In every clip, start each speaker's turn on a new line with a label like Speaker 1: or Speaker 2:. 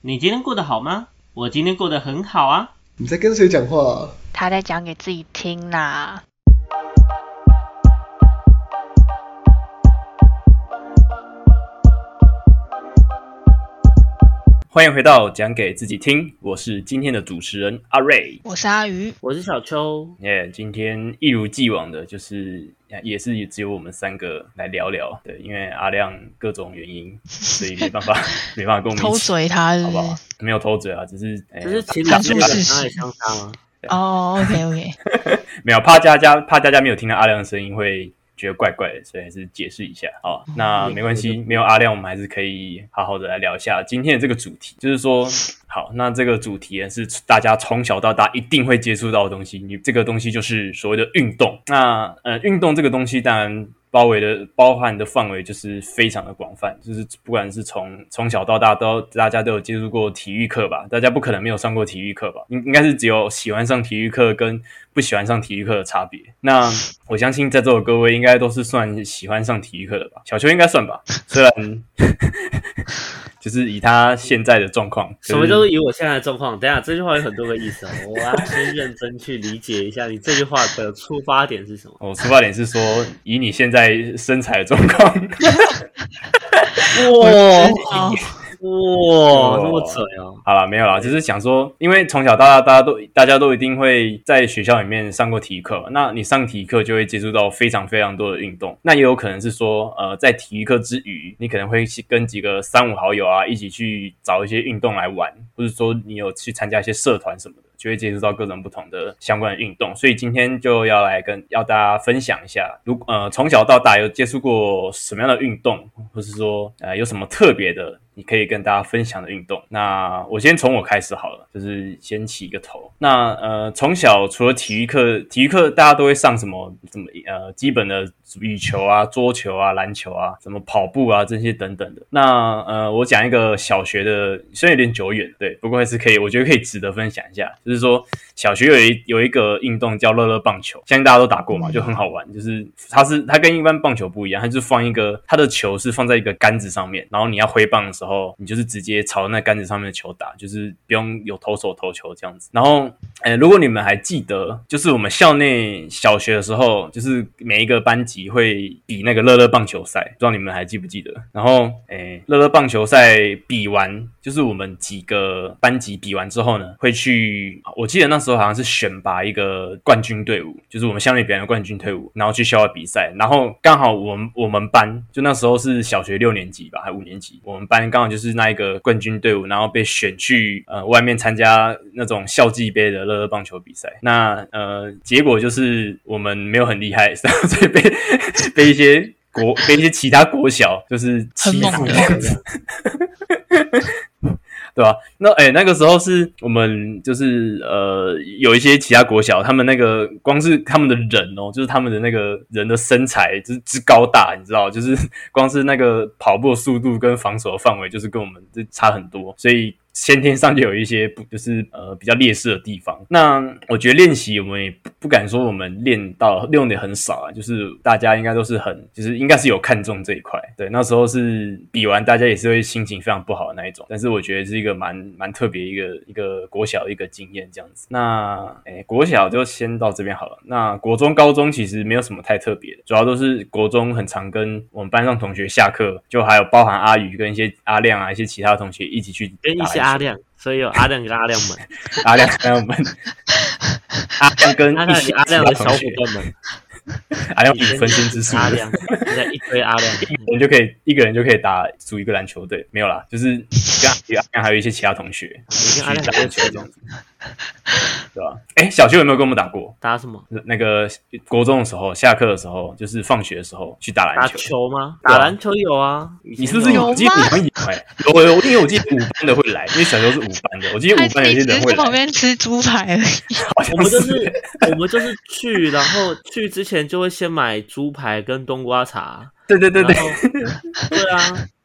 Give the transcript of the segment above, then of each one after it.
Speaker 1: 你今天过得好吗？我今天过得很好啊。
Speaker 2: 你在跟谁讲话、啊？
Speaker 3: 他在讲给自己听啦。
Speaker 4: 欢迎回到讲给自己听，我是今天的主持人阿瑞，
Speaker 3: 我是阿鱼，
Speaker 1: 我是小秋。
Speaker 4: 耶、今天一如既往的，就是哎也是只有我们三个来聊聊，对，因为阿亮各种原因，所以没办法，没办法跟我们 一
Speaker 3: 偷
Speaker 4: 起，
Speaker 3: 嘴他是
Speaker 4: 好
Speaker 3: 不
Speaker 4: 不
Speaker 3: 是？
Speaker 4: 好？没有偷嘴啊，只是哎
Speaker 1: 这是情侣
Speaker 4: 怕
Speaker 3: 打
Speaker 1: 之间
Speaker 3: 架
Speaker 1: 的
Speaker 3: 是
Speaker 1: 相爱相杀吗？
Speaker 3: 哦、o k OK，
Speaker 4: 没有怕佳佳，怕佳佳没有听到阿亮的声音会觉得怪怪的，所以还是解释一下好，那没关系，没有阿亮，我们还是可以好好的来聊一下今天的这个主题，就是说，好，那这个主题呢是大家从小到大一定会接触到的东西，你这个东西就是所谓的运动。那呃，运动这个东西当然。包围的包含的范围就是非常的广泛，就是不管是从从小到大都大家都有接触过体育课吧，大家不可能没有上过体育课吧？应应该是只有喜欢上体育课跟不喜欢上体育课的差别。那我相信在座的各位应该都是算喜欢上体育课的吧？小秋应该 算吧，虽然 就是以他现在的状况，
Speaker 1: 什么叫做以我现在的状况？等一下这句话有很多个意 思哦，我要先认真去理解一下你这句话的出发点是什么。
Speaker 4: 我出发点是说，以你现在身材的状况，
Speaker 3: 哇，
Speaker 1: 哇，那么准哦！
Speaker 4: 好了，没有啦，只是想说，因为从小到大，大家都大家都一定会在学校里面上过体育课嘛。那你上体育课就会接触到非常非常多的运动。那也有可能是说，呃，在体育课之余，你可能会去跟几个三五好友啊一起去找一些运动来玩，或者说你有去参加一些社团什么的。就会接触到各种不同的相关的运动，所以今天就要来跟要大家分享一下，如呃从小到大有接触过什么样的运动，或是说呃有什么特别的，你可以跟大家分享的运动。那我先从我开始好了，就是先起一个头。那呃从小除了体育课，体育课大家都会上什么什么呃基本的羽球啊、桌球啊、篮球啊、什么跑步啊这些等等的。那呃，我讲一个小学的，虽然有点久远，对，不过还是可以，我觉得可以值得分享一下。就是说，小学有一有一个运动叫乐乐棒球，相信大家都打过嘛，就很好玩。就是它是它跟一般棒球不一样，它就是放一个它的球是放在一个杆子上面，然后你要挥棒的时候，你就是直接朝那杆子上面的球打，就是不用有投手投球这样子。然后呃，如果你们还记得，就是我们校内小学的时候，就是每一个班级会比那个乐乐棒球赛，不知道你们还记不记得？然后，诶，乐乐棒球赛比完，就是我们几个班级比完之后呢，会去，我记得那时候好像是选拔一个冠军队伍，就是我们校内表演的冠军队伍，然后去校外比赛。然后刚好我们我们班就那时候是小学六年级吧，还五年级，我们班刚好就是那一个冠军队伍，然后被选去呃外面参加那种校际杯的乐乐棒球比赛。那呃，结果就是我们没有很厉害， 所以被被一些国被一些其他国小就是
Speaker 3: 很
Speaker 4: 欺
Speaker 3: 猛
Speaker 4: 负
Speaker 3: 的
Speaker 4: 这样子，对吧、那哎、那个时候是我们就是呃，有一些其他国小，他们那个光是他们的人哦，就是他们的那个人的身材之之高大，你知道，就是 光是那个跑步的速度跟防守的范围，就是跟我们这差很多，所以。先天上就有一些不就是呃比较劣势的地方。那我觉得练习我们也不不敢说我们练到用的很少啊，就是大家应该都是很就是应该是有看重这一块。对，那时候是比完大家也是会心情非常不好的那一种，但是我觉得是一个蛮蛮特别一个一个国小的一个经验这样子。那诶、国小就先到这边好了。那国中、高中其实没有什么太特别的，主要都是国中很常跟我们班上同学下课，就还有包含阿宇跟一些阿亮啊一些其他同学一起去
Speaker 1: 跟一
Speaker 4: 打篮
Speaker 1: 些
Speaker 4: 球
Speaker 1: 阿亮，所以有阿亮跟阿 亮们，
Speaker 4: 阿亮跟我 们，阿亮跟
Speaker 1: 阿
Speaker 4: 一
Speaker 1: 亮
Speaker 4: 些
Speaker 1: 阿亮的小伙
Speaker 4: 同学，
Speaker 1: 伴们，
Speaker 4: 阿亮与分身之术，
Speaker 1: 阿亮，现在一堆阿 亮，
Speaker 4: 一人就可以一个人就可以打组一个篮球队，没有啦，就是跟阿亮阿亮还有一些其他同学
Speaker 1: 你
Speaker 4: 去
Speaker 1: 跟
Speaker 4: 打
Speaker 1: 阿亮打过
Speaker 4: 篮
Speaker 1: 球
Speaker 4: 球这样子，对吧？哎，小学有没有跟我们打过？
Speaker 1: 打什么？
Speaker 4: 那个国中的时候，下课的时候，就是放学的时候去打
Speaker 1: 打
Speaker 4: 篮球。
Speaker 1: 球吗？
Speaker 4: 对啊
Speaker 1: 打篮球有啊，以前
Speaker 4: 你是不是
Speaker 3: 有
Speaker 4: 有？
Speaker 3: 吗
Speaker 4: 我记得你好像有哎、有有，因为我记得五班的会来，因为小时候是五班的，我记得五
Speaker 3: 他
Speaker 4: 班 有
Speaker 3: 一
Speaker 4: 些
Speaker 3: 直
Speaker 4: 人会
Speaker 3: 在旁
Speaker 4: 来，
Speaker 3: 边吃猪排而已。
Speaker 4: 好
Speaker 1: 我们
Speaker 4: 像
Speaker 1: 就是是我们就是去，然后去之前就会先买猪排跟冬瓜茶，
Speaker 4: 对对对对
Speaker 1: 然，后对啊，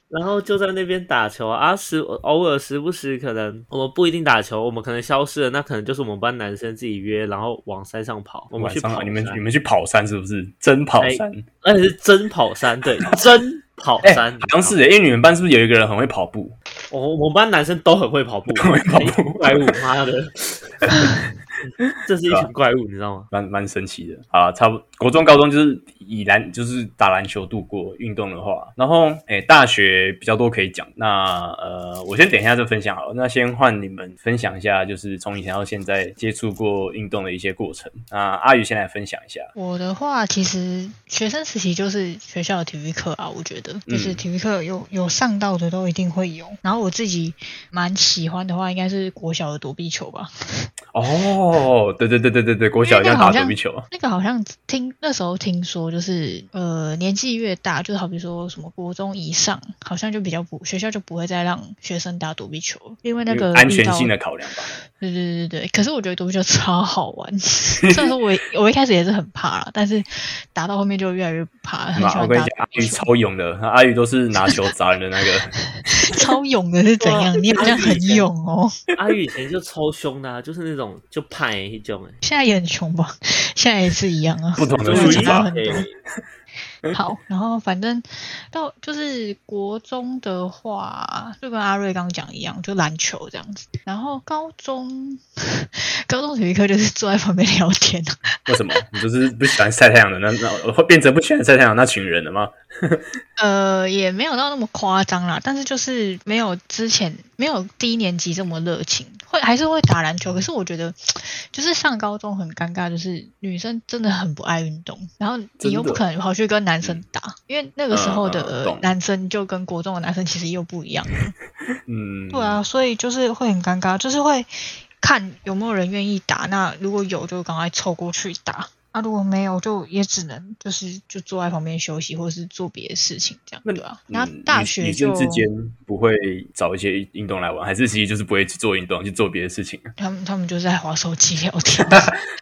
Speaker 1: 然后就在那边打球啊，啊时偶尔时不时可能我们不一定打球，我们可能消失了，那可能就是我们班男生自己约，然后往山上跑，我们
Speaker 4: 晚
Speaker 1: 去
Speaker 4: 上啊
Speaker 1: 跑
Speaker 4: 你们
Speaker 1: 山
Speaker 4: 你们去跑山是不是？真跑
Speaker 1: 哎
Speaker 4: 山？
Speaker 1: 而且是真跑山，对，真跑
Speaker 4: 哎、
Speaker 1: 山，
Speaker 4: 好像是耶、因为你们班是不是有一个人很会跑步？
Speaker 1: 我我们班男生都很会跑步，
Speaker 4: 很会跑步
Speaker 1: 一群怪物，妈 的，这是一群怪物，你知道吗？
Speaker 4: 蛮蛮神奇的啊，差不多国中、高中就是以篮就是打篮球度过运动的话，然后诶、大学比较多可以讲。那呃，我先等一下再分享好了。那先换你们分享一下，就是从以前到现在接触过运动的一些过程。那阿宇先来分享一下，
Speaker 3: 我的话，其实学生时期就是学校的体育课啊，我觉得
Speaker 4: 嗯
Speaker 3: 就是体育课有有上到的都一定会有。然后我自己蛮喜欢的话，应该是国小的躲避球吧。
Speaker 4: 哦，对对对对对对，国小一定要打躲避球，
Speaker 3: 那个好像听那时候听说，就是呃年纪越大，就是好比说什么国中以上，好像就比较不学校就不会再让学生打躲避球，因为那
Speaker 4: 因
Speaker 3: 个
Speaker 4: 为安全
Speaker 3: 力道
Speaker 4: 性的考量吧。
Speaker 3: 对对对对对，可是我觉得躲避球超好 玩。 虽然说我我一开始也是很怕啦，但是打到后面就越来越不怕 了，很喜
Speaker 4: 那
Speaker 3: 欢
Speaker 4: 我跟你
Speaker 3: 打
Speaker 4: 讲，阿
Speaker 3: 躲
Speaker 4: 宇
Speaker 3: 避球。
Speaker 4: 超勇的，阿宇都是拿球砸人的那个。
Speaker 3: 超勇的是怎
Speaker 1: 哇
Speaker 4: 啊
Speaker 3: 样？你好像很勇哦，
Speaker 1: 阿玉以前就超凶的、啊，就是那种就派一种、欸，
Speaker 3: 现在也很穷吧？ 现在也是一样啊。
Speaker 4: 不同的
Speaker 1: 就
Speaker 4: 嗯
Speaker 3: 我
Speaker 1: 是
Speaker 3: 长
Speaker 1: 一
Speaker 3: 大
Speaker 1: 把
Speaker 3: 很
Speaker 1: 黑
Speaker 3: 多。 好，然后反正到就是国中的话，就跟阿瑞刚讲一样，就篮球这样子。然后高中， 高中体育课就是坐在旁边聊天啊。
Speaker 4: 为什么？你就是不喜欢晒太阳的那那会变成不喜欢晒太阳那群人了吗？
Speaker 3: 呃，也没有到那么夸张啦，但是就是没有之前没有低年级这么热情，会还是会打篮球。可是我觉得，就是上高中很尴尬，就是女生真的很不爱运动，然后你又
Speaker 4: 真的嗯
Speaker 3: 不可能跑去跟男生打，因为那个时候的、
Speaker 4: 嗯嗯
Speaker 3: 呃
Speaker 4: 懂
Speaker 3: 男生就跟国中的男生其实又不一样。
Speaker 4: 嗯，
Speaker 3: 对啊，所以就是会很尴尬，就是会看有没有人愿意打。那如果有，就赶快凑过去打。啊，如果没有，就也只能就是就坐在旁边休息，或是做别的事情这样，
Speaker 4: 那
Speaker 3: 对啊。
Speaker 4: 嗯
Speaker 3: 然后大
Speaker 4: 女
Speaker 3: 学
Speaker 4: 女
Speaker 3: 就
Speaker 4: 生之间不会找一些运动来玩，还是其实就是不会去做运动，去做别的 事情。
Speaker 3: 他们他们就在划手机聊 天。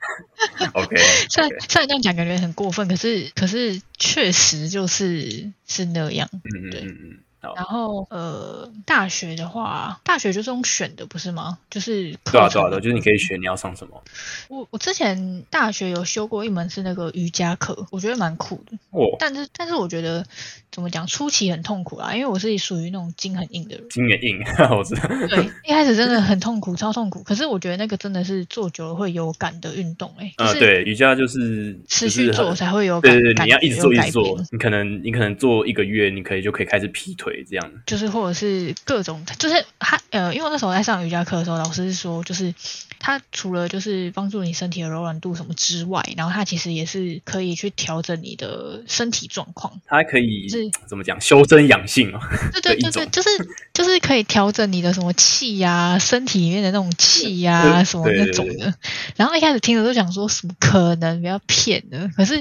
Speaker 4: OK，
Speaker 3: 虽然虽然这样讲感觉很过分，可是可是确实就是是那样。
Speaker 4: 嗯嗯
Speaker 3: 对
Speaker 4: 嗯嗯，
Speaker 3: 然
Speaker 4: 好，
Speaker 3: 后呃，大学的话，大学就是用选的，不是吗？就是
Speaker 4: 对啊
Speaker 3: 课
Speaker 4: 对
Speaker 3: 程
Speaker 4: 啊
Speaker 3: 嘛
Speaker 4: 对啊，就是你可以选你要上什么。
Speaker 3: 我我之前大学有修过一门是那个瑜伽课，我觉得蛮酷的。
Speaker 4: 哦，，
Speaker 3: 但是但是我觉得怎么讲，初期很痛苦啦，因为我是属于那种筋很硬的人
Speaker 4: 今年硬， 我知道。
Speaker 3: 对，一开始真的很痛苦，超痛苦。可是我觉得那个真的是做久了会有感的运动、欸，哎、
Speaker 4: 呃，
Speaker 3: 就是
Speaker 4: 对，瑜伽就是
Speaker 3: 持续做。
Speaker 4: 就是很
Speaker 3: 才会有感，
Speaker 4: 对对对，
Speaker 3: 感
Speaker 4: 你要
Speaker 3: 觉
Speaker 4: 一直做，
Speaker 3: 有
Speaker 4: 一
Speaker 3: 改
Speaker 4: 直做
Speaker 3: 变。
Speaker 4: 你可能你可能做一个月，你可以就可以开始劈腿这样。
Speaker 3: 就是或者是各种，就是他呃，因为我那时候在上瑜伽课的时候，老师是说，就是他除了就是帮助你身体的柔软度什么之外，然后他其实也是可以去调整你的身体状况。
Speaker 4: 它可以
Speaker 3: 是
Speaker 4: 怎么讲？修身养性啊。
Speaker 3: 对
Speaker 4: 的
Speaker 3: 对
Speaker 4: 一
Speaker 3: 对对，
Speaker 4: 种
Speaker 3: 就是就是可以调整你的什么气呀、身体里面的那种气呀、
Speaker 4: 对
Speaker 3: 什么
Speaker 4: 对
Speaker 3: 那
Speaker 4: 对
Speaker 3: 种
Speaker 4: 对
Speaker 3: 的。然后一开始听了都想说，什么可能不要骗的。可 是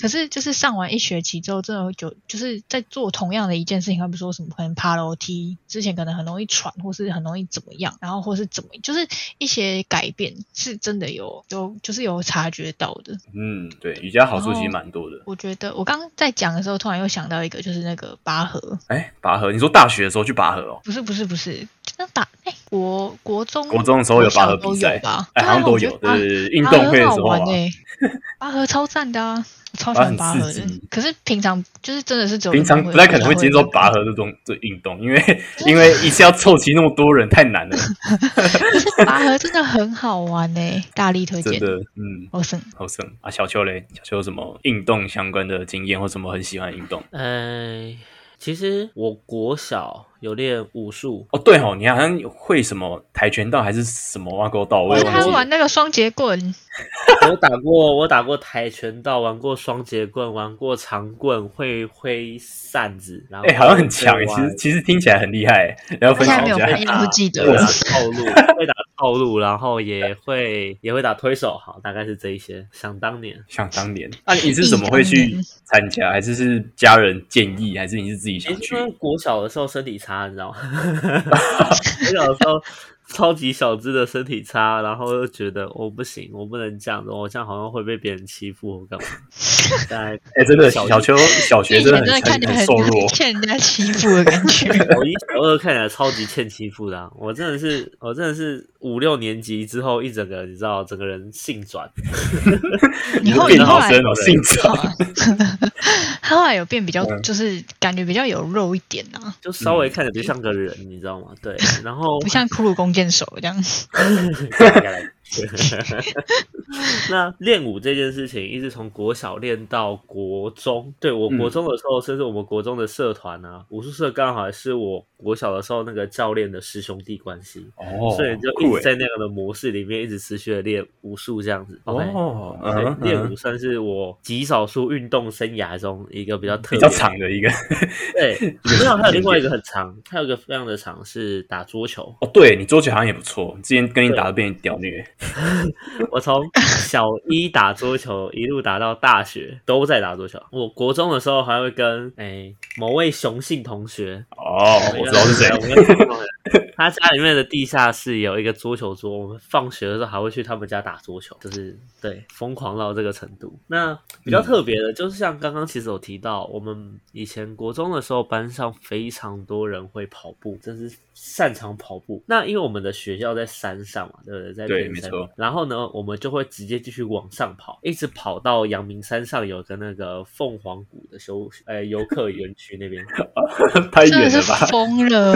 Speaker 3: 可是就是上完一学期之后，真的就就是在做同样的一件事情，他比如说什么可能爬楼梯之前可能很容易喘，或是很容易怎么样，然后或是怎么，就是一些改变是真的有有就是有察觉到的。
Speaker 4: 嗯，对，瑜伽好处
Speaker 3: 然后
Speaker 4: 其实蛮多的。
Speaker 3: 我觉得我刚刚在讲的时候，突然又想到一个，就是那个拔河，
Speaker 4: 哎，拔河，你说大学的时候去拔河哦？
Speaker 3: 不是不是不是，那打哎、国国中
Speaker 4: 国中的时候有拔河
Speaker 3: 国小都
Speaker 4: 比赛
Speaker 3: 有吧？啊
Speaker 4: 哎，好像都
Speaker 3: 我觉
Speaker 4: 有
Speaker 3: 得，拔
Speaker 4: 对对对，运动会的时候
Speaker 3: 拔河很
Speaker 4: 啊
Speaker 3: 好玩， 欸拔河超赞的啊，我超喜
Speaker 4: 拔
Speaker 3: 欢
Speaker 4: 很
Speaker 3: 拔河
Speaker 4: 刺
Speaker 3: 的
Speaker 4: 激。
Speaker 3: 可是平常就是真的是只有
Speaker 4: 平常
Speaker 3: 运动
Speaker 4: 不太可能会接受拔
Speaker 3: 才
Speaker 4: 河这种这运 动，因为因为一次要凑齐那么多人太难了，
Speaker 3: 可是拔河真的很好玩呢、大力推
Speaker 4: 真
Speaker 3: 荐。
Speaker 4: 的，嗯，
Speaker 3: 好胜，
Speaker 4: 好生啊，小秋嘞，小秋有什么运动相关的经验或什么很喜欢的运动？
Speaker 1: 哎，其实我国小有练武术，
Speaker 4: 哦，对哦，你好像会什么跆拳道还是什么挖沟道，我
Speaker 3: 我
Speaker 4: 也
Speaker 3: 是
Speaker 1: 跟
Speaker 3: 他
Speaker 4: 忘记
Speaker 3: 玩
Speaker 4: 了。
Speaker 3: 那个双节棍，
Speaker 1: 我打过，我打过跆拳道，玩过双节棍，玩过长棍，会挥扇子，然后
Speaker 4: 哎、好像很强
Speaker 1: 会
Speaker 4: 欸，其
Speaker 1: 玩
Speaker 4: 实其实听起来很厉害欸，然后分
Speaker 3: 现在
Speaker 4: 享
Speaker 3: 没
Speaker 4: 一
Speaker 3: 有
Speaker 4: 下
Speaker 3: 分析。
Speaker 1: 打
Speaker 3: 不记得
Speaker 1: 会打
Speaker 3: 了。
Speaker 1: 套路，会打套路，然后也会也会打推手，好，大概是这一些。想当年，
Speaker 4: 想当年，那、啊你是怎么会
Speaker 3: 忆当
Speaker 4: 去
Speaker 3: 年
Speaker 4: 参加？还是是家人建议，还是你是自己
Speaker 1: 诶
Speaker 4: 想去
Speaker 1: 因？为国小的时候身体差，你知道吗？ 国小的时候超级小只的身体差，然后又觉得我、不行，我不能这样子，我这样好像会被别人欺负，我干嘛？大概
Speaker 4: 哎、真的
Speaker 1: 小一
Speaker 4: 小秋小
Speaker 3: 以
Speaker 4: 学
Speaker 3: 前
Speaker 4: 真的
Speaker 3: 哎真
Speaker 4: 很
Speaker 3: 的看起来
Speaker 4: 很瘦弱
Speaker 3: 很，欠人家欺负的感觉。
Speaker 1: 小一、小二看起来超级欠欺负的啊、我真的是，我真的是五六年级之后一整个，你知道，整个人性转，
Speaker 3: 你
Speaker 4: 是
Speaker 3: 后你
Speaker 4: 变
Speaker 3: 后
Speaker 4: 好
Speaker 3: 来
Speaker 4: 深哦，性
Speaker 3: 好
Speaker 4: 转。
Speaker 3: 啊 他后来有变比较，
Speaker 4: 嗯
Speaker 3: 就是感觉比较有肉一点啊，
Speaker 1: 就稍微看着就像个人，你知道吗？对，然后
Speaker 3: 不像骷髅弓箭手这样。
Speaker 1: 大概来 那练舞这件事情，一直从国小练到国中。对我
Speaker 4: 嗯
Speaker 1: 国中的时候，甚至我们国中的社团啊，武术社刚好是我国小的时候那个教练的师兄弟关系，
Speaker 4: 哦，
Speaker 1: 所以就一直
Speaker 4: 酷哎
Speaker 1: 在那样的模式里面，一直持续的练武术这样子。OK，
Speaker 4: 哦，嗯
Speaker 1: 对
Speaker 4: 哼，
Speaker 1: 练
Speaker 4: 嗯
Speaker 1: 舞
Speaker 4: 哼
Speaker 1: 算是我极少数运动生涯中一个比较特别
Speaker 4: 比较长的一个。
Speaker 1: 对，没有，还有另外一个很长，还有一个非常的长是打桌球。
Speaker 4: 哦，对你桌球好像也不错，之前跟你打的被你屌虐。
Speaker 1: 我从小一打桌球一路打到大学，都在打桌球。我国中的时候还会跟哎、某位雄性同学，
Speaker 4: 哦，我知道是谁。
Speaker 1: 对我跟他同学 他家里面的地下室有一个桌球桌，我们放学的时候还会去他们家打桌球，就是对疯狂到这个程度。那比
Speaker 4: 嗯
Speaker 1: 较特别的，就是像刚刚其实有提到，我们以前国中的时候，班上非常多人会跑步，真是擅长跑步。那因为我们的学校在山上嘛，对不对？在
Speaker 4: 对
Speaker 1: 偏
Speaker 4: 没
Speaker 1: 山
Speaker 4: 错
Speaker 1: 然后呢，我们就会直接继续往上跑，一直跑到阳明山上有个那个凤凰谷的休呃游客园区那边，
Speaker 4: 太
Speaker 3: 真的
Speaker 4: 远
Speaker 3: 是
Speaker 4: 了吧？
Speaker 3: 疯了，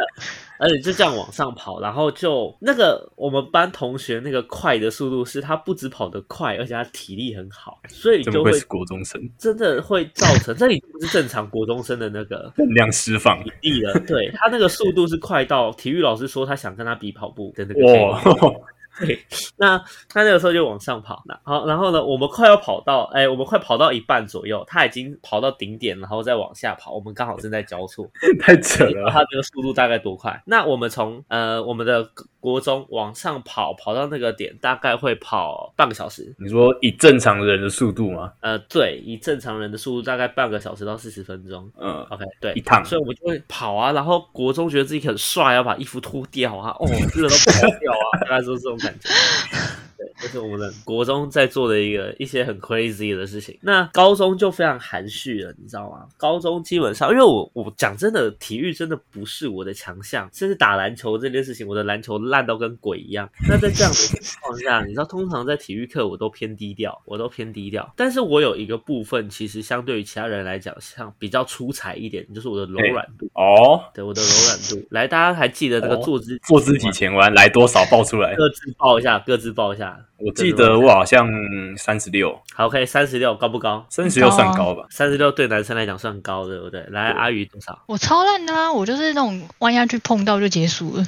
Speaker 1: 而且就这样往上跑，然后就那个我们班同学那个快的速度是他不止跑得快，而且他体力很好，所以
Speaker 4: 这么
Speaker 1: 就
Speaker 4: 会
Speaker 1: 会
Speaker 4: 是国中生，
Speaker 1: 真的会造成这已经不是正常国中生的那个
Speaker 4: 能量释放。
Speaker 1: 体力了，对他那个速度是快到体育老师说他想跟他比跑步的那个地
Speaker 4: 哇
Speaker 1: 方。，那他那个时候就往上跑，那好，然后呢，我们快要跑到，哎、我们快跑到一半左右，他已经跑到顶点，然后再往下跑，我们刚好正在交错，
Speaker 4: 太扯
Speaker 1: 你知道
Speaker 4: 了。 啊
Speaker 1: 他这个速度大概多快？那我们从呃我们的国中往上跑，跑到那个点大概会跑半个小时，
Speaker 4: 你说以正常人的速度吗？
Speaker 1: 呃，对，以正常人的速度大概半个小时到四十分钟。
Speaker 4: 嗯，
Speaker 1: OK，对，
Speaker 4: 一趟
Speaker 1: 所以我们就会跑啊，然后国中觉得自己很帅，要把衣服脱掉啊，哦，热都跑掉啊， 大概就是这种感觉。对，这是我们的国中在做的一个一些很 crazy 的事情。那高中就非常含蓄了，你知道吗？高中基本上，因为我我讲真的，体育真的不是我的强项，甚至打篮球这件事情，我的篮球烂到跟鬼一样。那在这样的情况下，你知道，通常在体育课我都偏低调，我都偏低调。但是我有一个部分，其实相对于其他人来讲，像比较出彩一点，就是我的柔软度。
Speaker 4: 哦，
Speaker 1: 对我的柔软度，来，大家还记得那个
Speaker 4: 哦
Speaker 1: 坐姿、
Speaker 4: 坐姿体前弯来多少报出 来？
Speaker 1: 各自报一下，各自报一下。
Speaker 4: 我记得我好像三十六，
Speaker 1: 好，OK，三十六高不高？
Speaker 4: 三十六算高吧？
Speaker 1: 三十六对男生来讲算高，对不对？来，阿宇多少？
Speaker 3: 我超烂的啊！我就是那种弯下去碰到就结束了，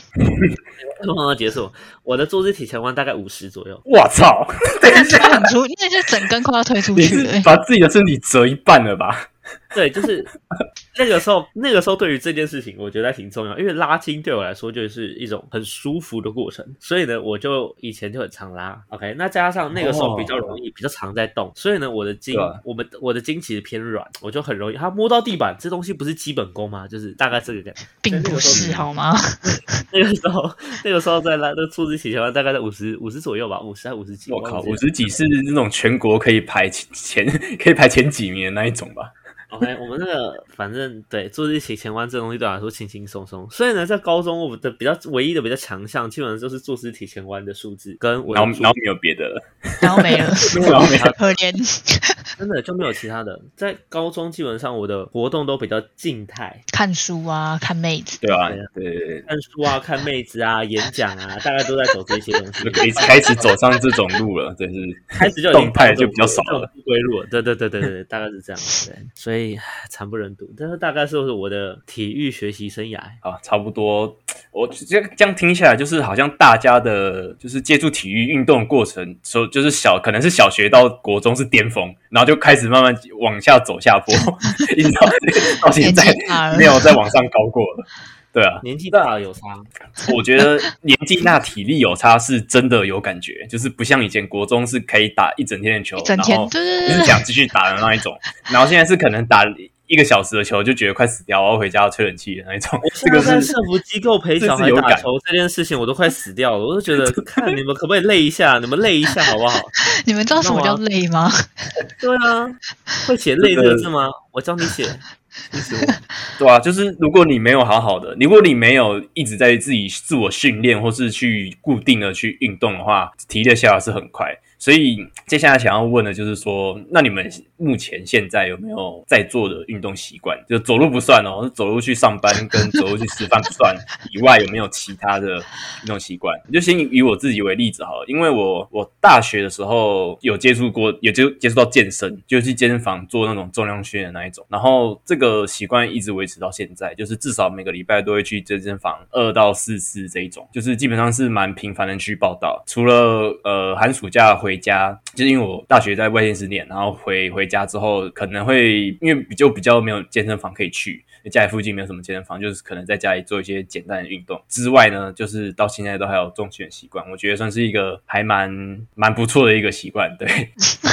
Speaker 1: 刚刚结束，我的坐姿体前弯大概五十左右，
Speaker 4: 我操！等一下，
Speaker 3: 很出，那是整根快要推出
Speaker 4: 你
Speaker 3: 去了欸
Speaker 4: 是。把自己的身体折一半了吧？
Speaker 1: 对，就是 那个时候，那个时候对于这件事情，我觉得还挺重要，因为拉筋对我来说就是一种很舒服的过程，所以呢，我就以前就很常拉，OK，那加上那个时候比较容易，比较常在动，所以呢，我的筋
Speaker 4: 哦对啊，
Speaker 1: 我们我的筋其实偏软，我就很容易，它摸到地板，这东西不是基本功吗？就是大概这个感觉。
Speaker 3: 并不是好吗？
Speaker 1: 那个时候，那个时候在拉那初级起跳大概在五十五十左右吧，五十还五十几。
Speaker 4: 我靠，
Speaker 1: 忘记了
Speaker 4: 五十几是那种全国可以排前可以排前几名的那一种吧？
Speaker 1: OK，我们那个反正对坐地起前弯这东西对我来说轻轻松松，所以呢，在高中我们的比较唯一的比较强项，基本上就是坐姿体前弯的数字跟我的
Speaker 4: 然后
Speaker 1: 坐
Speaker 4: 然后没有别的了，
Speaker 3: 然后没了，
Speaker 4: 然后没有
Speaker 3: 可怜，
Speaker 1: 真的就没有其他的。在高中基本上我的活动都比较静态，
Speaker 3: 看书啊，看妹子，
Speaker 4: 对吧、啊
Speaker 1: 对啊？
Speaker 4: 对对对。
Speaker 1: 看书啊、看妹子啊、演讲啊，大概都在走这些东西
Speaker 4: 就。可以开始走上这种路了，对是
Speaker 1: 开始就已经
Speaker 4: 动态就比较少
Speaker 1: 这种
Speaker 4: 了。
Speaker 1: 不归路了。对对对对对，大概是这样。对，所以唉惨不忍睹。但是大概是我的体育学习生涯。
Speaker 4: 啊，差不多。我这这样听起来，就是好像大家的，就是接触体育运动的过程，说就是小可能是小学到国中是巅峰，然后就开始慢慢往下走下坡， 一 直到到现在
Speaker 3: 年纪大了
Speaker 4: 没有再往上高过了。对啊，
Speaker 1: 年纪大了有差，
Speaker 4: 我觉得年纪大体力有差是真的有感觉，就是不像以前国中是可以打一整天的球，
Speaker 3: 一整
Speaker 4: 哦然
Speaker 3: 天
Speaker 4: 后
Speaker 3: 对对对
Speaker 4: 就是想继续打的那一种，然后现在是可能打一个小时的球就觉得快死掉，我要回家吹冷气的那一种。哎这个
Speaker 1: 现在在
Speaker 4: 是
Speaker 1: 社福机构陪小
Speaker 4: 这是
Speaker 1: 孩
Speaker 4: 有
Speaker 1: 打
Speaker 4: 感
Speaker 1: 球这件事情，我都快死掉了。我都觉 得，看你们可不可以累一下，你们累一下好不好？
Speaker 3: 你们知道什么叫累吗？
Speaker 1: 对啊，会写累这个字吗？我教你 写，你写我。
Speaker 4: 对啊，就是如果你没有好好的，如果你没有一直在自己自我训练，或是去固定的去运动的话，体力的下滑是很快。所以接下来想要问的就是说，那你们目前现在有没有在做的运动习惯？就走路不算哦，走路去上班跟走路去吃饭不算以外，有没有其他的运动习惯？就先以我自己为例子好了，因为我我大学的时候有接触过，有接接触到健身，就去健身房做那种重量训练的那一种，然后这个习惯一直维持到现在，就是至少每个礼拜都会去健身房二到四次这一种，就是基本上是蛮频繁的去报道。除了呃寒暑假回家，就是因为我大学在外县市念，然后回回家之后可能会因为比较比较没有健身房可以去，家里附近没有什么健身房，就是可能在家里做一些简单的运动之外呢，就是到现在都还有重训的习惯，我觉得算是一个还蛮蛮不错的一个习惯，对。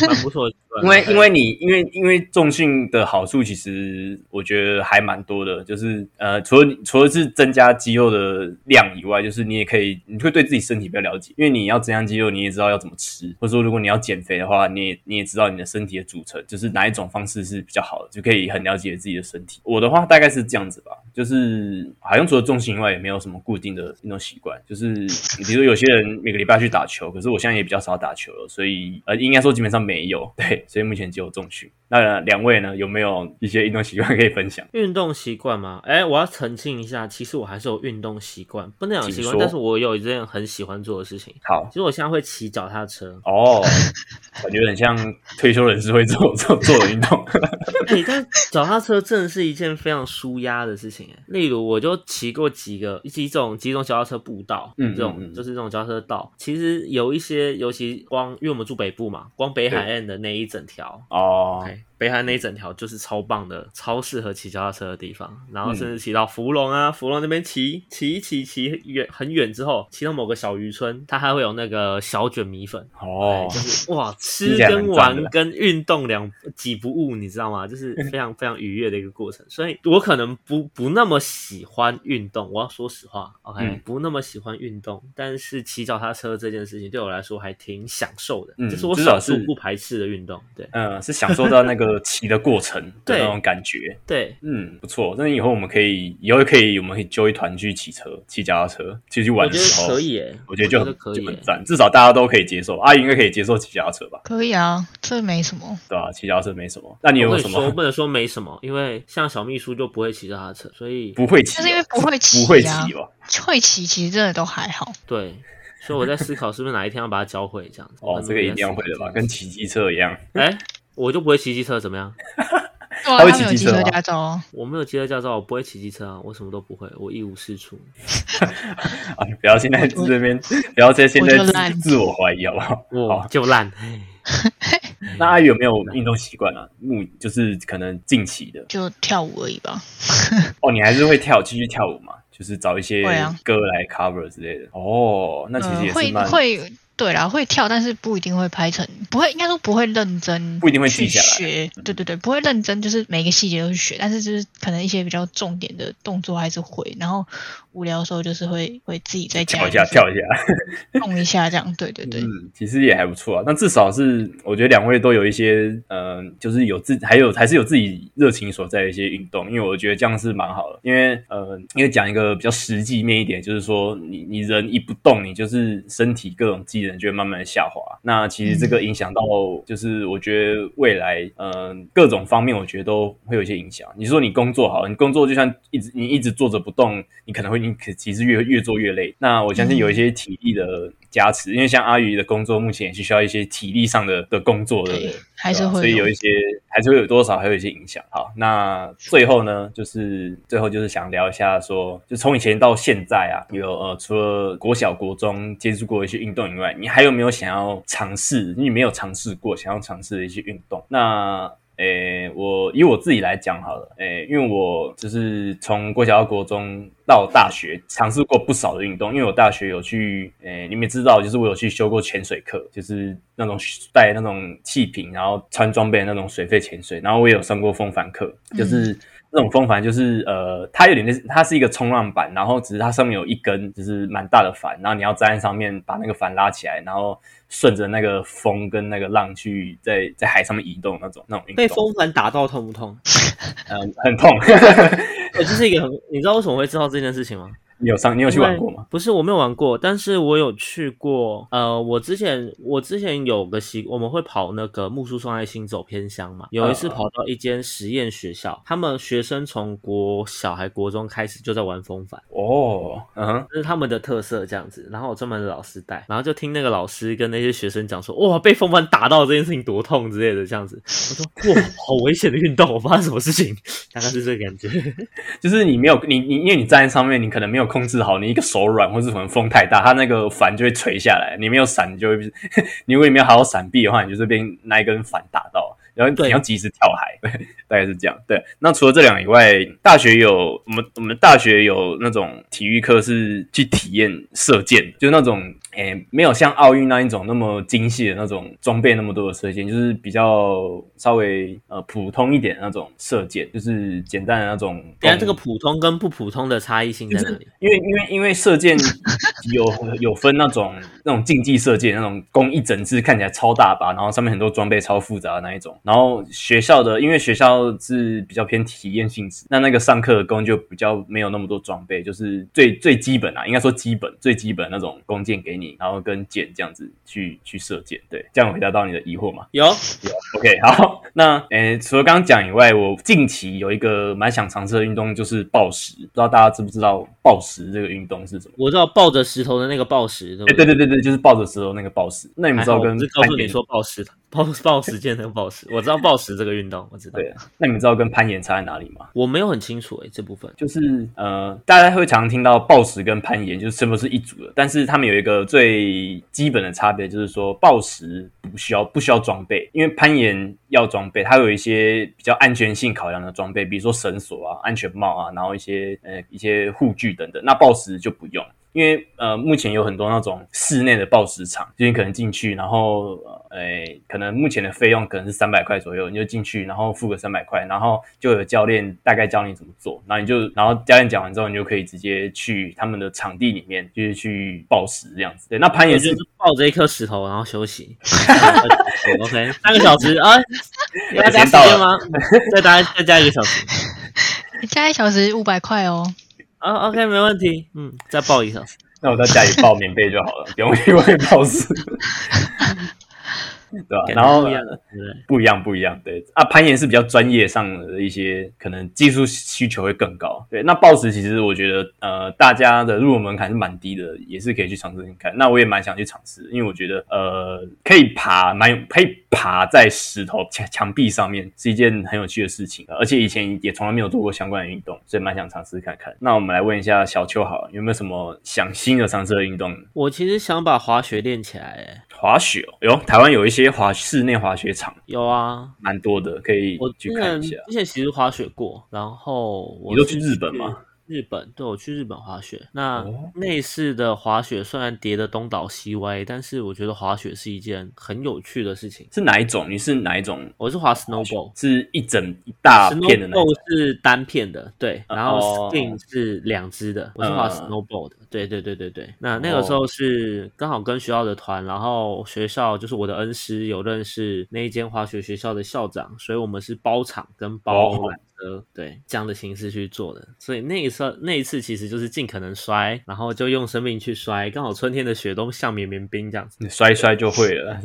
Speaker 1: 蛮不错的习惯。 哎
Speaker 4: 因 为因为你因为因为重训的好处，其实我觉得还蛮多的，就是呃，除了除了是增加肌肉的量以外，就是你也可以，你会对自己身体比较了解，因为你要增加肌肉，你也知道要怎么吃，或者说如果你要减肥的话，你也你也知道你的身体的组成，就是哪一种方式是比较好的，就可以很了解自己的身体。我的话大概是这样子吧，就是好像除了重心以外，也没有什么固定的运动习惯。就是比如说有些人每个礼拜去打球，可是我现在也比较少打球了，所以呃，应该说基本上没有。 对，所以目前只有重训。那两位呢，有没有一些运动习惯可以分享？
Speaker 1: 运动习惯吗？哎、我要澄清一下，其实我还是有运动习惯，不能讲习
Speaker 4: 请
Speaker 1: 惯，
Speaker 4: 说
Speaker 1: 但是我有一件很喜欢做的事情。
Speaker 4: 好，
Speaker 1: 其。实我现在会骑脚踏车
Speaker 4: 哦，感觉很像退休人士会做做做的运动，
Speaker 1: 哎、但脚踏车真的是一件非常舒压的事情。哎例如，我就骑过几个几种几种脚踏车步道，
Speaker 4: 嗯
Speaker 1: 这种
Speaker 4: 嗯嗯
Speaker 1: 就是这种脚踏车道。其实有一些，尤其光因为我们住北部嘛，光北海岸的那一整条，
Speaker 4: 哦，
Speaker 1: OK，北海那一整条就是超棒的，超适合骑脚踏车的地方。然后
Speaker 4: 嗯
Speaker 1: 甚至骑到芙蓉啊，芙蓉那边骑骑一骑骑远很远之后，骑到某个小渔村，它还会有那个小卷米粉。
Speaker 4: 哦
Speaker 1: 对，就是哇，吃
Speaker 4: 听起来
Speaker 1: 跟
Speaker 4: 蛮赞的
Speaker 1: 玩跟运动两几不误，你知道吗？ 就是非常非常愉悦的一个过程。所以我可能不不那么喜欢运动，我要说实话，OK，、
Speaker 4: 嗯
Speaker 1: 不那么喜欢运动，但是骑脚踏车这件事情对我来说还挺享受的，
Speaker 4: 嗯
Speaker 1: 这是我
Speaker 4: 至少
Speaker 1: 少数
Speaker 4: 是
Speaker 1: 不排斥的运动。对
Speaker 4: 嗯，是享受到那个骑的过程的
Speaker 1: 对
Speaker 4: 那种感觉，
Speaker 1: 对，
Speaker 4: 嗯，不错。那以后我们可以，以后可以，我们可以揪一团去骑车、骑脚踏车，去去玩
Speaker 1: 我
Speaker 4: 的
Speaker 1: 觉得
Speaker 4: 时候，
Speaker 1: 可以耶，
Speaker 4: 我觉得就很
Speaker 1: 可以
Speaker 4: 就
Speaker 1: 耶
Speaker 4: 很。赞，至少大家都可以接受。阿姨应该可以接受骑脚踏车吧？
Speaker 3: 可以啊，这没什么。
Speaker 4: 对吧、骑脚踏车没什么。那你有
Speaker 1: 我
Speaker 4: 没
Speaker 1: 跟
Speaker 4: 有
Speaker 1: 你
Speaker 4: 什
Speaker 1: 说，
Speaker 4: 么
Speaker 1: 不能说没什么，因为像小秘书就不会骑脚踏车，所以
Speaker 4: 不会骑哦？
Speaker 3: 就是因为不会骑啊
Speaker 4: 不会骑哦吧？
Speaker 3: 会骑其实真的都还好，
Speaker 1: 对，所以我在思考是不是哪一天要把它教会这样子。
Speaker 4: 哦，这个一定要会的吧？跟骑机车一样。
Speaker 1: 哎、我就不会骑机车，怎么样？
Speaker 3: 对啊，
Speaker 4: 他会
Speaker 3: 他们有机
Speaker 4: 骑机车
Speaker 3: 车
Speaker 4: 吗
Speaker 3: 驾照哦，
Speaker 1: 我没有机车驾照，我不会骑机车啊，我什么都不会，我一无是处。
Speaker 4: 啊，不要现在
Speaker 3: 我
Speaker 4: 这边， 不要在现在
Speaker 3: 我就烂
Speaker 4: 自自我怀疑好不好？
Speaker 1: 我
Speaker 4: 好
Speaker 1: 就烂， 哎嗯
Speaker 4: 那阿姨有没有运动习惯啊？目就是可能近期的
Speaker 3: 就跳舞而已吧。
Speaker 4: 哦，你还是会跳，继续跳舞嘛？就是找一些
Speaker 3: 会啊
Speaker 4: 歌来 cover 之类的。哦，那其实
Speaker 3: 嗯，
Speaker 4: 也
Speaker 3: 会
Speaker 4: 是蛮
Speaker 3: 会对啦，会跳，但是不一定会拍成，不会，应该说不会认真，
Speaker 4: 不一定会记下来嗯
Speaker 3: 学，对对对，不会认真，就是每个细节都去学，但是就是可能一些比较重点的动作还是会，然后无聊的时候就是会会自己在家
Speaker 4: 跳一下，跳一下。
Speaker 3: 下，动一下这样，对对对，
Speaker 4: 嗯，其实也还不错啊。那至少是我觉得两位都有一些，嗯、就是有自还有还是有自己热情所在的一些运动，因为我觉得这样是蛮好的。因为呃，因为讲一个比较实际面一点，就是说你你人一不动，你就是身体各种机能就会慢慢地下滑。那其实这
Speaker 3: 嗯
Speaker 4: 个影响到，就是我觉得未来嗯、呃各种方面，我觉得都会有一些影响。你说你工作好了，你工作就算一直你一直坐着不动，你可能会你可其实越越做越累。那我相信有一些体力的加持，因为像阿宇的工作目前也是需要一些体力上的的工作，对不对
Speaker 3: 对？，还是
Speaker 4: 对吧啊所
Speaker 3: 会
Speaker 4: 以有一些还是会有多少还有一些影响。好，那最后呢，就是最后就是想聊一下说，就从以前到现在啊，有呃除了国小国中接触过一些运动以外，你还有没有想要尝试？你没有尝试过想要尝试的一些运动？那诶，我以我自己来讲好了，诶，因为我就是从国小到国中到大学，尝试过不少的运动。因为我大学有去，诶，你们也知道，就是我有去修过潜水课，就是那种带那种气瓶，然后穿装备的那种水肺潜水。然后我也有上过风帆课，就是。那种风帆就是呃，它有点类似，它是一个冲浪板，然后只是它上面有一根就是蛮大的帆，然后你要站在上面把那个帆拉起来，然后顺着那个风跟那个浪去在在海上面移动那种那种运动。
Speaker 1: 被风帆打到痛不痛？
Speaker 4: 嗯、很痛。
Speaker 1: 对，这是一个很，你知道为什么我会知道这件事情吗？
Speaker 4: 你有上你有去玩过吗？
Speaker 1: 不是，我没有玩过，但是我有去过。呃，我之前我之前有个习，我们会跑那个木树双爱心走偏乡嘛。有一次
Speaker 4: 嗯嗯
Speaker 1: 跑到一间实验学校，他们学生从国小还国中开始就在玩风帆，
Speaker 4: 哦，嗯哼，
Speaker 1: 这是他们的特色这样子。然后有专门的老师带，然后就听那个老师跟那些学生讲说，哇，被风帆打到这件事情多痛之类的这样子。我说，哇，好危险的运动，我发生什么事情？大概是这个感 觉。
Speaker 4: 就是你没有你你因为你站在上面，你可能没有控制好，你一个手软或是可能风太大，它那个帆就会垂下来，你没有闪你就会， 你如果你没有好好闪避的话，你就是被那一根帆打到。然后
Speaker 1: 对
Speaker 4: 你要及时跳海，对，大概是这样。对，那除了这两个以外，大学有我们我们大学有那种体育课是去体验射箭，就是那种诶、没有像奥运那一种那么精细的那种装备那么多的射箭，就是比较稍微呃普通一点的那种射箭，就是简单的那种弓。
Speaker 1: 等一下这个普通跟不普通的差异性在哪里？
Speaker 4: 因为因为因为射箭有有分那种那种竞技射箭，那种弓一整支看起来超大把，然后上面很多装备超复杂的那一种。然后学校的，因为学校是比较偏体验性质，那那个上课的弓就比较没有那么多装备，就是最最基本啊，应该说基本最基本那种弓箭给你，然后跟箭这样子去去射箭。对，这样回答到你的疑惑吗？
Speaker 1: 有
Speaker 4: OK，好， 那诶、除了刚刚讲以外，我近期有一个蛮想尝试的运动，就是暴食，不知道大家知不知道暴食这个运动是什么？
Speaker 1: 我知道抱着石头的那个暴石，对不
Speaker 4: 哎、对对对对，就是抱着石头那个暴食。那你们
Speaker 1: 还
Speaker 4: 知
Speaker 1: 好
Speaker 4: 道
Speaker 1: 我
Speaker 4: 跟
Speaker 1: 只告诉
Speaker 4: 攀
Speaker 1: 你
Speaker 4: 岩
Speaker 1: 说暴食，暴暴食健身暴食，我知道暴食这个运动，我知道。
Speaker 4: 对，那你们知道跟攀岩差在哪里吗？
Speaker 1: 我没有很清楚诶、这部分。
Speaker 4: 就是呃，大家会常听到暴食跟攀岩就是是不是一组的，但是他们有一个最基本的差别，就是说暴食不需要不需要装备，因为攀岩要装备，它有一些比较安全性考量的装备，比如说绳索啊、安全帽啊，然后一些呃一些护具等等。那暴食就不用。因为呃，目前有很多那种室内的暴食场，就你可能进去，然后呃，诶可能目前的费用可能是三百块左右，你就进去，然后付个三百块，然后就有教练大概教你怎么做，然后你就，然后教练讲完之后，你就可以直接去他们的场地里面，就是去暴食这样子。对，那攀
Speaker 1: 也
Speaker 4: 岩
Speaker 1: 就是是抱着一颗石头，然后休 息。对 OK，三个小时啊，要加时间吗？ 再搭再加一个小时
Speaker 3: 加一小时五百块哦。
Speaker 1: 啊，OK，没问题。嗯，再抱一个小时。
Speaker 4: 那我在家里抱棉被就好了，不用去外面抱 死，对吧、
Speaker 1: 感觉
Speaker 4: 然后
Speaker 1: 不一样的对不对
Speaker 4: 不一样，不一样，对啊，攀岩是比较专业上的一些，可能技术需求会更高。对，那暴食其实我觉得，呃，大家的入门门槛是蛮低的，也是可以去尝试看看。那我也蛮想去尝试，因为我觉得，呃，可以爬，蛮有可以爬在石头墙墙壁上面是一件很有趣的事情，啊而且以前也从来没有做过相关的运动，所以蛮想尝试看看。那我们来问一下小邱好了，有没有什么想新的尝试的运动呢？
Speaker 1: 我其实想把滑雪练起来、欸，
Speaker 4: 滑雪哦，有台湾有一些滑室内滑雪场。
Speaker 1: 有啊。
Speaker 4: 蛮多的，可以
Speaker 1: 我之
Speaker 4: 去看
Speaker 1: 前
Speaker 4: 一下。
Speaker 1: 之前其实滑雪过，然后我
Speaker 4: 你都
Speaker 1: 是
Speaker 4: 去日本吗？
Speaker 1: 日本，对我去日本滑雪。那
Speaker 4: 哦
Speaker 1: 那次的滑雪虽然跌得东倒西歪，但是我觉得滑雪是一件很有趣的事情。
Speaker 4: 是哪一种？你是哪一种？
Speaker 1: 我是滑 snowball，
Speaker 4: 是一整一大片的那种
Speaker 1: snowball 是单片的，对，
Speaker 4: 哦嗯
Speaker 1: 然后 spin 是两只的，我是滑 snowball 的，对对对对对。那
Speaker 4: 哦
Speaker 1: 那个时候是刚好跟学校的团，然后学校就是我的恩师有认识那一间滑雪学校的校长，所以我们是包场跟包
Speaker 4: 哦
Speaker 1: 缆车，对这样的形式去做的。所以那一次那一次其实就是尽可能摔，然后就用生命去摔，刚好春天的雪都像绵绵冰这样子。
Speaker 4: 你摔一摔就 会了。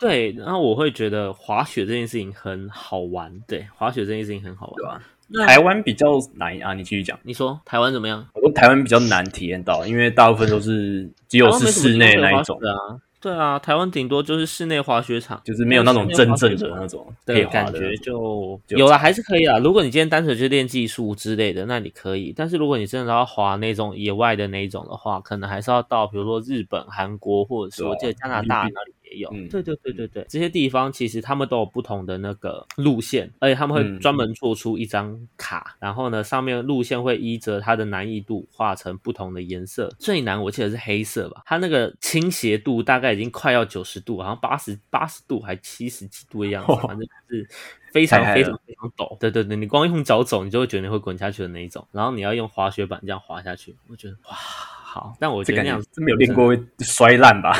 Speaker 1: 对，然后我会觉得滑雪这件事情很好玩，对，滑雪这件事情很好玩，
Speaker 4: 对啊
Speaker 1: 那
Speaker 4: 台湾比较难啊，你继续讲。
Speaker 1: 你说台湾怎么样？
Speaker 4: 我说台湾比较难体验到，因为大部分都是只有
Speaker 1: 台湾
Speaker 4: 是
Speaker 1: 没什么
Speaker 4: 室内
Speaker 1: 机会
Speaker 4: 那
Speaker 1: 滑
Speaker 4: 一
Speaker 1: 雪
Speaker 4: 种，
Speaker 1: 的啊。对啊，台湾顶多就是室内滑雪场，
Speaker 4: 就是没有那种真正的那种可以
Speaker 1: 的
Speaker 4: 滑
Speaker 1: 感
Speaker 4: 的
Speaker 1: 觉就
Speaker 4: 就
Speaker 1: 有了，还是可以啊。如果你今天单纯去练技术之类的，那你可以；但是如果你真的要滑那种野外的那一种的话，可能还是要到比如说日本、韩国，或者是
Speaker 4: 对啊
Speaker 1: 我记得加拿大那里也有。
Speaker 4: 嗯
Speaker 1: 对对对对对，这些地方其实他们都有不同的那个路线，而且他们
Speaker 4: 嗯
Speaker 1: 会专门做出一张卡，然后呢，上面路线会依着它的难易度画成不同的颜色。最难我记得是黑色吧，它那个倾斜度大概已经快要九十度，好像八十八十度还七十几度的样子，反正就是。非常
Speaker 4: 太嗨
Speaker 1: 非
Speaker 4: 了
Speaker 1: 常非常陡，对对对，你光用脚走，你就会觉得你会滚下去的那一种，然后你要用滑雪板这样滑下去，我觉得哇，好，但我觉
Speaker 4: 这
Speaker 1: 得
Speaker 4: 感
Speaker 1: 那
Speaker 4: 觉
Speaker 1: 样子
Speaker 4: 真没有练过会摔 烂吧？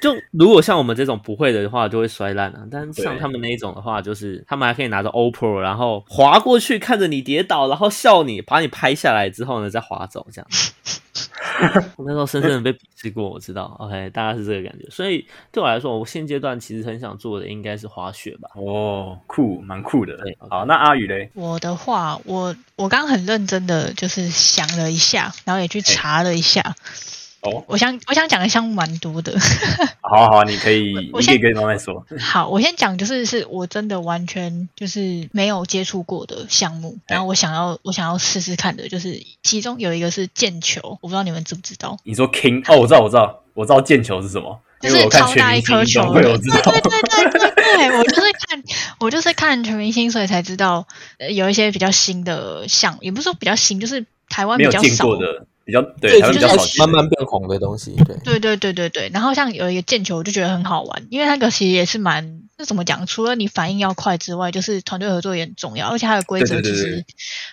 Speaker 1: 就如果像我们这种不会的话，就会摔烂啊。但
Speaker 4: 对
Speaker 1: 像他们那一种的话，就是他们还可以拿着 OPPO，然后滑过去，看着你跌倒，然后笑你，把你拍下来之后呢，再滑走 这样。我那时候深深的被鄙视过，我知道。OK，大概是这个感觉。所以对我来说，我现阶段其实很想做的应该是滑雪吧。
Speaker 4: 哦， 酷，蛮酷的
Speaker 1: 对。
Speaker 4: 好，那阿宇嘞？
Speaker 3: 我的话，我我刚很认真的就是想了一下，然后也去查了一下。
Speaker 4: 哦，
Speaker 3: 我想我想讲的项目蛮多的。
Speaker 4: 好好，你可以，你
Speaker 3: 我
Speaker 4: 可以
Speaker 3: 先
Speaker 4: 跟慢慢说。
Speaker 3: 好，我先讲，就是是我真的完全就是没有接触过的项目，
Speaker 4: 哎
Speaker 3: 然后我想要我想要试试看的，就是其中有一个是毽球，我不知道你们知不知道，
Speaker 4: 你说 King 哦，我知道，我知道，我知道毽球是什么，
Speaker 3: 就
Speaker 4: 因为
Speaker 3: 是
Speaker 4: 我看
Speaker 3: 超
Speaker 4: 全
Speaker 3: 大一
Speaker 4: 明星
Speaker 3: 颗
Speaker 4: 运
Speaker 3: 球的，
Speaker 4: 动会，我知道。
Speaker 3: 对对对对对对，我就是看我就是看全明星，所以才知道呃有一些比较新的项，也不是说比较新，就是台湾
Speaker 4: 没
Speaker 3: 啊比较
Speaker 4: 有见
Speaker 3: 少
Speaker 4: 过的，比较对，
Speaker 5: 最
Speaker 4: 台湾
Speaker 5: 近
Speaker 4: 比较
Speaker 5: 开
Speaker 4: 少
Speaker 5: 始
Speaker 4: 见
Speaker 5: 慢。慢变红的东西，对，
Speaker 3: 对对对对对，然后像有一个毽球，我就觉得很好玩，因为那个其实也是蛮，那怎么讲？除了你反应要快之外，就是团队合作也很重要，而且它的规则
Speaker 4: 对对
Speaker 3: 其
Speaker 4: 对对
Speaker 3: 实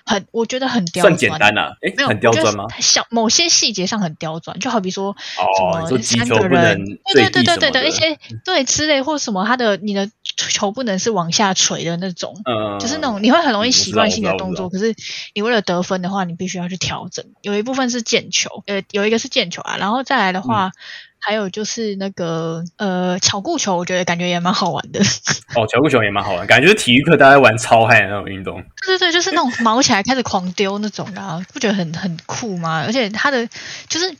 Speaker 3: 很，我觉得很刁
Speaker 4: 算
Speaker 3: 钻，
Speaker 4: 简单啦、诶
Speaker 3: 没有
Speaker 4: 很刁钻吗？？
Speaker 3: 小某些细节上很刁钻，就好比说
Speaker 4: 哦，你
Speaker 3: 什么
Speaker 4: 说击
Speaker 3: 三
Speaker 4: 球
Speaker 3: 个
Speaker 4: 不能
Speaker 3: 人，对
Speaker 4: 坠
Speaker 3: 对
Speaker 4: 地什
Speaker 3: 对
Speaker 4: 么
Speaker 3: 对
Speaker 4: 的
Speaker 3: 对，一些对之类或什么，它的你的球不能是往下垂的那种，
Speaker 4: 嗯，
Speaker 3: 就是那种你会很容
Speaker 4: 嗯
Speaker 3: 易
Speaker 4: 我
Speaker 3: 习
Speaker 4: 知道
Speaker 3: 惯
Speaker 4: 我
Speaker 3: 性
Speaker 4: 知
Speaker 3: 的
Speaker 4: 道我
Speaker 3: 动
Speaker 4: 知
Speaker 3: 作，
Speaker 4: 道
Speaker 3: 可是你为了得分的话，你必须要去调整。有一部分是毽球，呃，有一个是毽球啊，然后再来的话，
Speaker 4: 嗯
Speaker 3: 还有就是那个呃巧固球，我觉得感觉也蛮好玩的。
Speaker 4: 哦，乔固球也蛮好玩，感觉就是体育课大家玩超嗨的那种运动。
Speaker 3: 对对对，就是那种毛起来开始狂丢那种的、啊，不觉得很很酷吗？而且它的就是。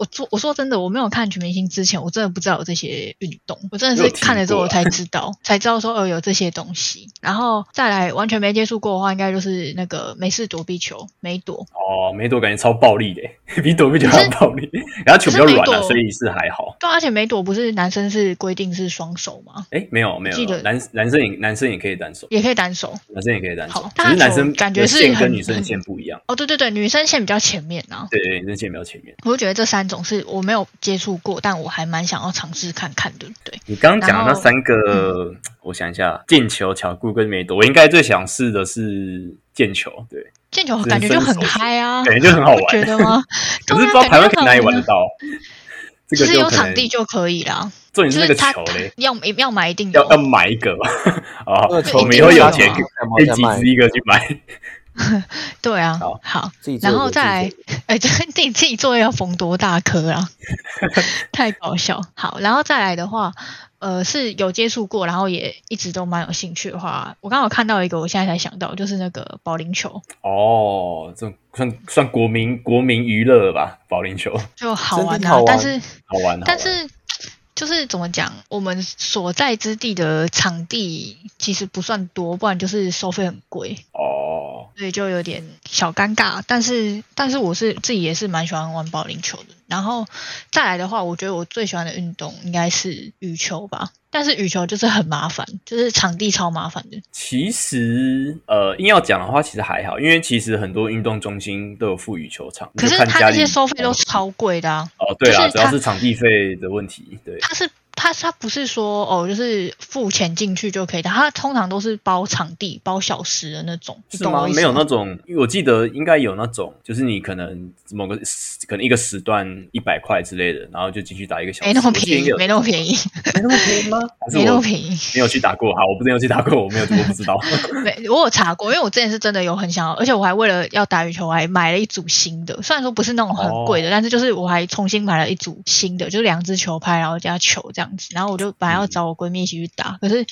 Speaker 3: 我说我说真的，我没有看全明星之前，我真的不知道有这些运动。我真的是
Speaker 4: 没有听
Speaker 3: 看了之后
Speaker 4: 过啊
Speaker 3: 我才知道， 才知道说哦有这些东西。然后再来完全没接触过的话，应该就是那个美式躲避球，没躲。
Speaker 4: 哦，梅朵感觉超暴力的， 比躲避球还要暴力，然后球比较软
Speaker 3: 可是
Speaker 4: 啊，
Speaker 3: 梅朵
Speaker 4: 所以是还好。
Speaker 3: 对啊，而且没躲不是男生是规定是双手吗？
Speaker 4: 哎，没有没有
Speaker 3: 记得，
Speaker 4: 男男生也男生也可以单手，
Speaker 3: 也可以单手。
Speaker 4: 男生也可以单手
Speaker 3: 好，
Speaker 4: 只是男生
Speaker 3: 大家感觉是
Speaker 4: 的线跟
Speaker 3: 很
Speaker 4: 女生的线不一样。
Speaker 3: 哦，对对对，女生线比较前面啊。
Speaker 4: 对对，女生线比较前面。
Speaker 3: 我就觉得这三种是我没有接触过，但我还蛮想要尝试看看，对不对？
Speaker 4: 你刚刚讲的那
Speaker 3: 然后嗯
Speaker 4: 三个，我想一下，毽球、巧固跟梅朵，我应该最想试的是毽球，对，
Speaker 3: 毽球感觉就很嗨啊，
Speaker 4: 感觉就很好玩
Speaker 3: 不觉得 吗？
Speaker 4: 可是不知
Speaker 3: 对
Speaker 4: 道
Speaker 3: 啊
Speaker 4: 台湾
Speaker 3: 感觉
Speaker 4: 可以哪里
Speaker 3: 很好
Speaker 4: 玩
Speaker 3: 玩
Speaker 4: 得
Speaker 3: 啊
Speaker 4: 到，这
Speaker 3: 就
Speaker 4: 个
Speaker 3: 是有
Speaker 4: 可
Speaker 3: 场
Speaker 4: 能
Speaker 3: 地就可以啦，
Speaker 4: 重点
Speaker 3: 就是
Speaker 4: 那
Speaker 3: 是
Speaker 4: 个
Speaker 3: 他
Speaker 4: 球嘞，
Speaker 3: 要要买一定有
Speaker 4: 要要买一 个吧。哦，
Speaker 5: 那
Speaker 3: 对
Speaker 5: 球
Speaker 4: 我们
Speaker 3: 一
Speaker 4: 以
Speaker 3: 定
Speaker 4: 后
Speaker 3: 会
Speaker 4: 有
Speaker 3: 有
Speaker 4: 钱
Speaker 3: 啊
Speaker 4: 可以可
Speaker 5: 会
Speaker 4: 以集
Speaker 5: 卖
Speaker 4: 资一个去买。
Speaker 3: 对啊，
Speaker 4: 好
Speaker 5: 自己做
Speaker 3: 然
Speaker 5: 一个
Speaker 3: 后
Speaker 5: 自己
Speaker 3: 再来
Speaker 5: 做，
Speaker 3: 哎，这自己自己作业要缝多大颗 啊？太搞笑。好，然后再来的话，呃，是有接触过，然后也一直都蛮有兴趣的话，我刚好看到一个，我现在才想到，就是那个保龄球，
Speaker 4: 哦，这种算算国民国民娱乐了吧？保龄球
Speaker 3: 就好
Speaker 5: 真的
Speaker 3: 玩啊，
Speaker 5: 好玩
Speaker 3: 但是
Speaker 4: 好玩，好玩
Speaker 3: 但是。就是怎么讲，我们所在之地的场地其实不算多，不然就是收费很贵。
Speaker 4: 哦，
Speaker 3: 所以就有点小尴尬。但是，但是我是自己也是蛮喜欢玩保龄球的。然后再来的话，我觉得我最喜欢的运动应该是羽球吧。但是羽球就是很麻烦，就是场地超麻烦的。
Speaker 4: 其实呃，硬要讲的话，其实还好，因为其实很多运动中心都有富裕球场，你
Speaker 3: 可
Speaker 4: 就是看
Speaker 3: 它
Speaker 4: 家
Speaker 3: 那
Speaker 4: 里
Speaker 3: 些收费都超贵的啊！
Speaker 4: 哦，对啦，
Speaker 3: 就是
Speaker 4: 主要
Speaker 3: 它
Speaker 4: 是场地费的问题，对。
Speaker 3: 它是它它不是说哦，就是付钱进去就可以的，它通常都是包场地、包小时的那种，你
Speaker 4: 是
Speaker 3: 懂
Speaker 4: 吗
Speaker 3: 我？意思
Speaker 4: 没有那种，因为我记得应该有那种，就是你可能某个时可能一个时段一百块之类的，然后就进去打一个小时，
Speaker 3: 没那么
Speaker 4: 我记得
Speaker 3: 便宜
Speaker 4: 应该有，
Speaker 3: 没那么便宜，
Speaker 4: 没那么便宜吗？还是
Speaker 3: 没那么
Speaker 4: 我
Speaker 3: 便宜。
Speaker 4: 没有去打过？好，我不是有去打过，我没有，我不知道。
Speaker 3: 没，我有查过，因为我之前是真的有很想要，而且我还为了要打羽球，我还买了一组新的，虽然说不是那种很贵的，
Speaker 4: 哦
Speaker 3: 但是就是我还重新买了一组新的，就是两只球拍，然后加球这样子，然后我就本来
Speaker 4: 嗯
Speaker 3: 要找我闺蜜一起去打，可是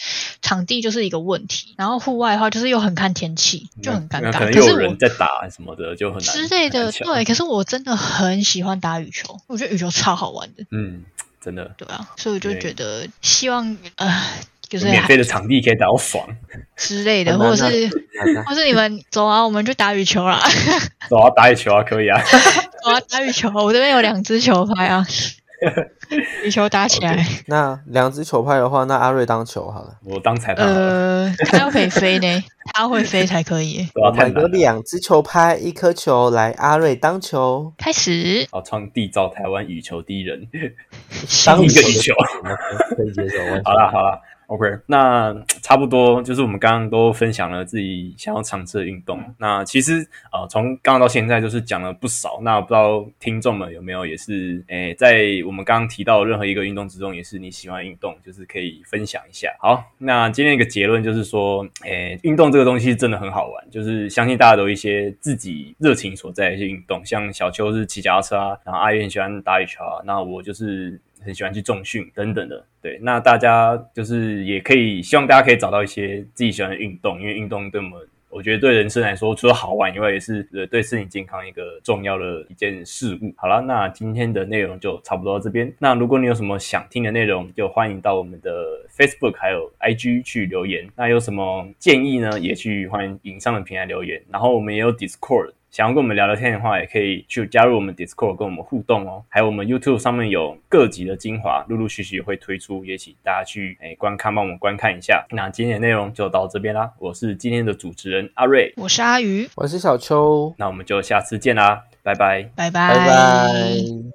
Speaker 3: 场地就是一个问题，然后户外的话就是又很看天气， 就很尴
Speaker 4: 那
Speaker 3: 尬。
Speaker 4: 可能
Speaker 3: 可
Speaker 4: 又
Speaker 3: 是
Speaker 4: 有
Speaker 3: 我
Speaker 4: 人在打什么的，就很难
Speaker 3: 之类
Speaker 4: 很
Speaker 3: 的，
Speaker 4: 难抢
Speaker 3: 对，可是我真的很喜欢打羽球，我觉得羽球超好玩的，
Speaker 4: 嗯，真的
Speaker 3: 对啊，所以我就
Speaker 4: 对
Speaker 3: 觉得希望呃，就是
Speaker 4: 有免费的场地可以打到爽，
Speaker 3: 之类的，
Speaker 5: 很
Speaker 3: 或
Speaker 5: 难
Speaker 3: 者
Speaker 5: 啊
Speaker 3: 是。 或是你们走啊，我们去打羽球啦！
Speaker 4: 走啊打野球啊可以啊，
Speaker 3: 我要打羽球，我这边有两只球拍啊。羽球打起来。
Speaker 5: 那两只球拍的话，那阿瑞当球好了。
Speaker 4: 我当裁判好了，
Speaker 3: 呃，他要可以飞 呢，他要会飞才可以。
Speaker 4: 不要
Speaker 5: 我
Speaker 4: 太
Speaker 5: 们
Speaker 4: 难
Speaker 5: 有
Speaker 4: 了。
Speaker 5: 两只球拍，一颗球，来阿瑞当球。
Speaker 3: 开始，
Speaker 4: 好，创缔造台湾羽球第一 人。
Speaker 5: 当
Speaker 4: 一个
Speaker 5: 球
Speaker 4: 羽球
Speaker 5: 可以接受。完全
Speaker 4: 好啦，好啦 o k 那差不多就是我们刚刚都分享了自己想要尝试的运动。那其实呃，从刚刚到现在就是讲了不少。那不知道听众们有没有也是诶、在我们刚刚提到任何一个运动之中，也是你喜欢的运动，就是可以分享一下。好，那今天一个结论就是说，诶、运动这个东西真的很好玩，就是相信大家都有一些自己热情所在的一些运动，像小邱是骑脚踏车啊，然后阿燕喜欢打羽球啊，那我就是很喜欢去重训等等的。对，那大家就是也可以，希望大家可以找到一些自己喜欢的运动，因为运动对我们，我觉得对人生来说，除了好玩以外，也是呃对身体健康一个重要的一件事物。好了，那今天的内容就差不多到这边。那如果你有什么想听的内容，就欢迎到我们的 Facebook 还有 IG 去留言。那有什么建议呢，也去欢迎影上的平台留言。然后我们也有 Discord。想要跟我们聊聊天的话，也可以去加入我们 Discord 跟我们互动哦。还有我们 YouTube 上面有各集的精华，陆陆续续也会推出，也请大家去诶、观看，帮我们观看一下。那今天的内容就到这边啦，我是今天的主持人阿瑞，
Speaker 3: 我是阿鱼，
Speaker 5: 我是小邱，
Speaker 4: 那我们就下次见啦，拜拜。
Speaker 3: 拜
Speaker 5: 拜
Speaker 3: 拜
Speaker 5: 拜。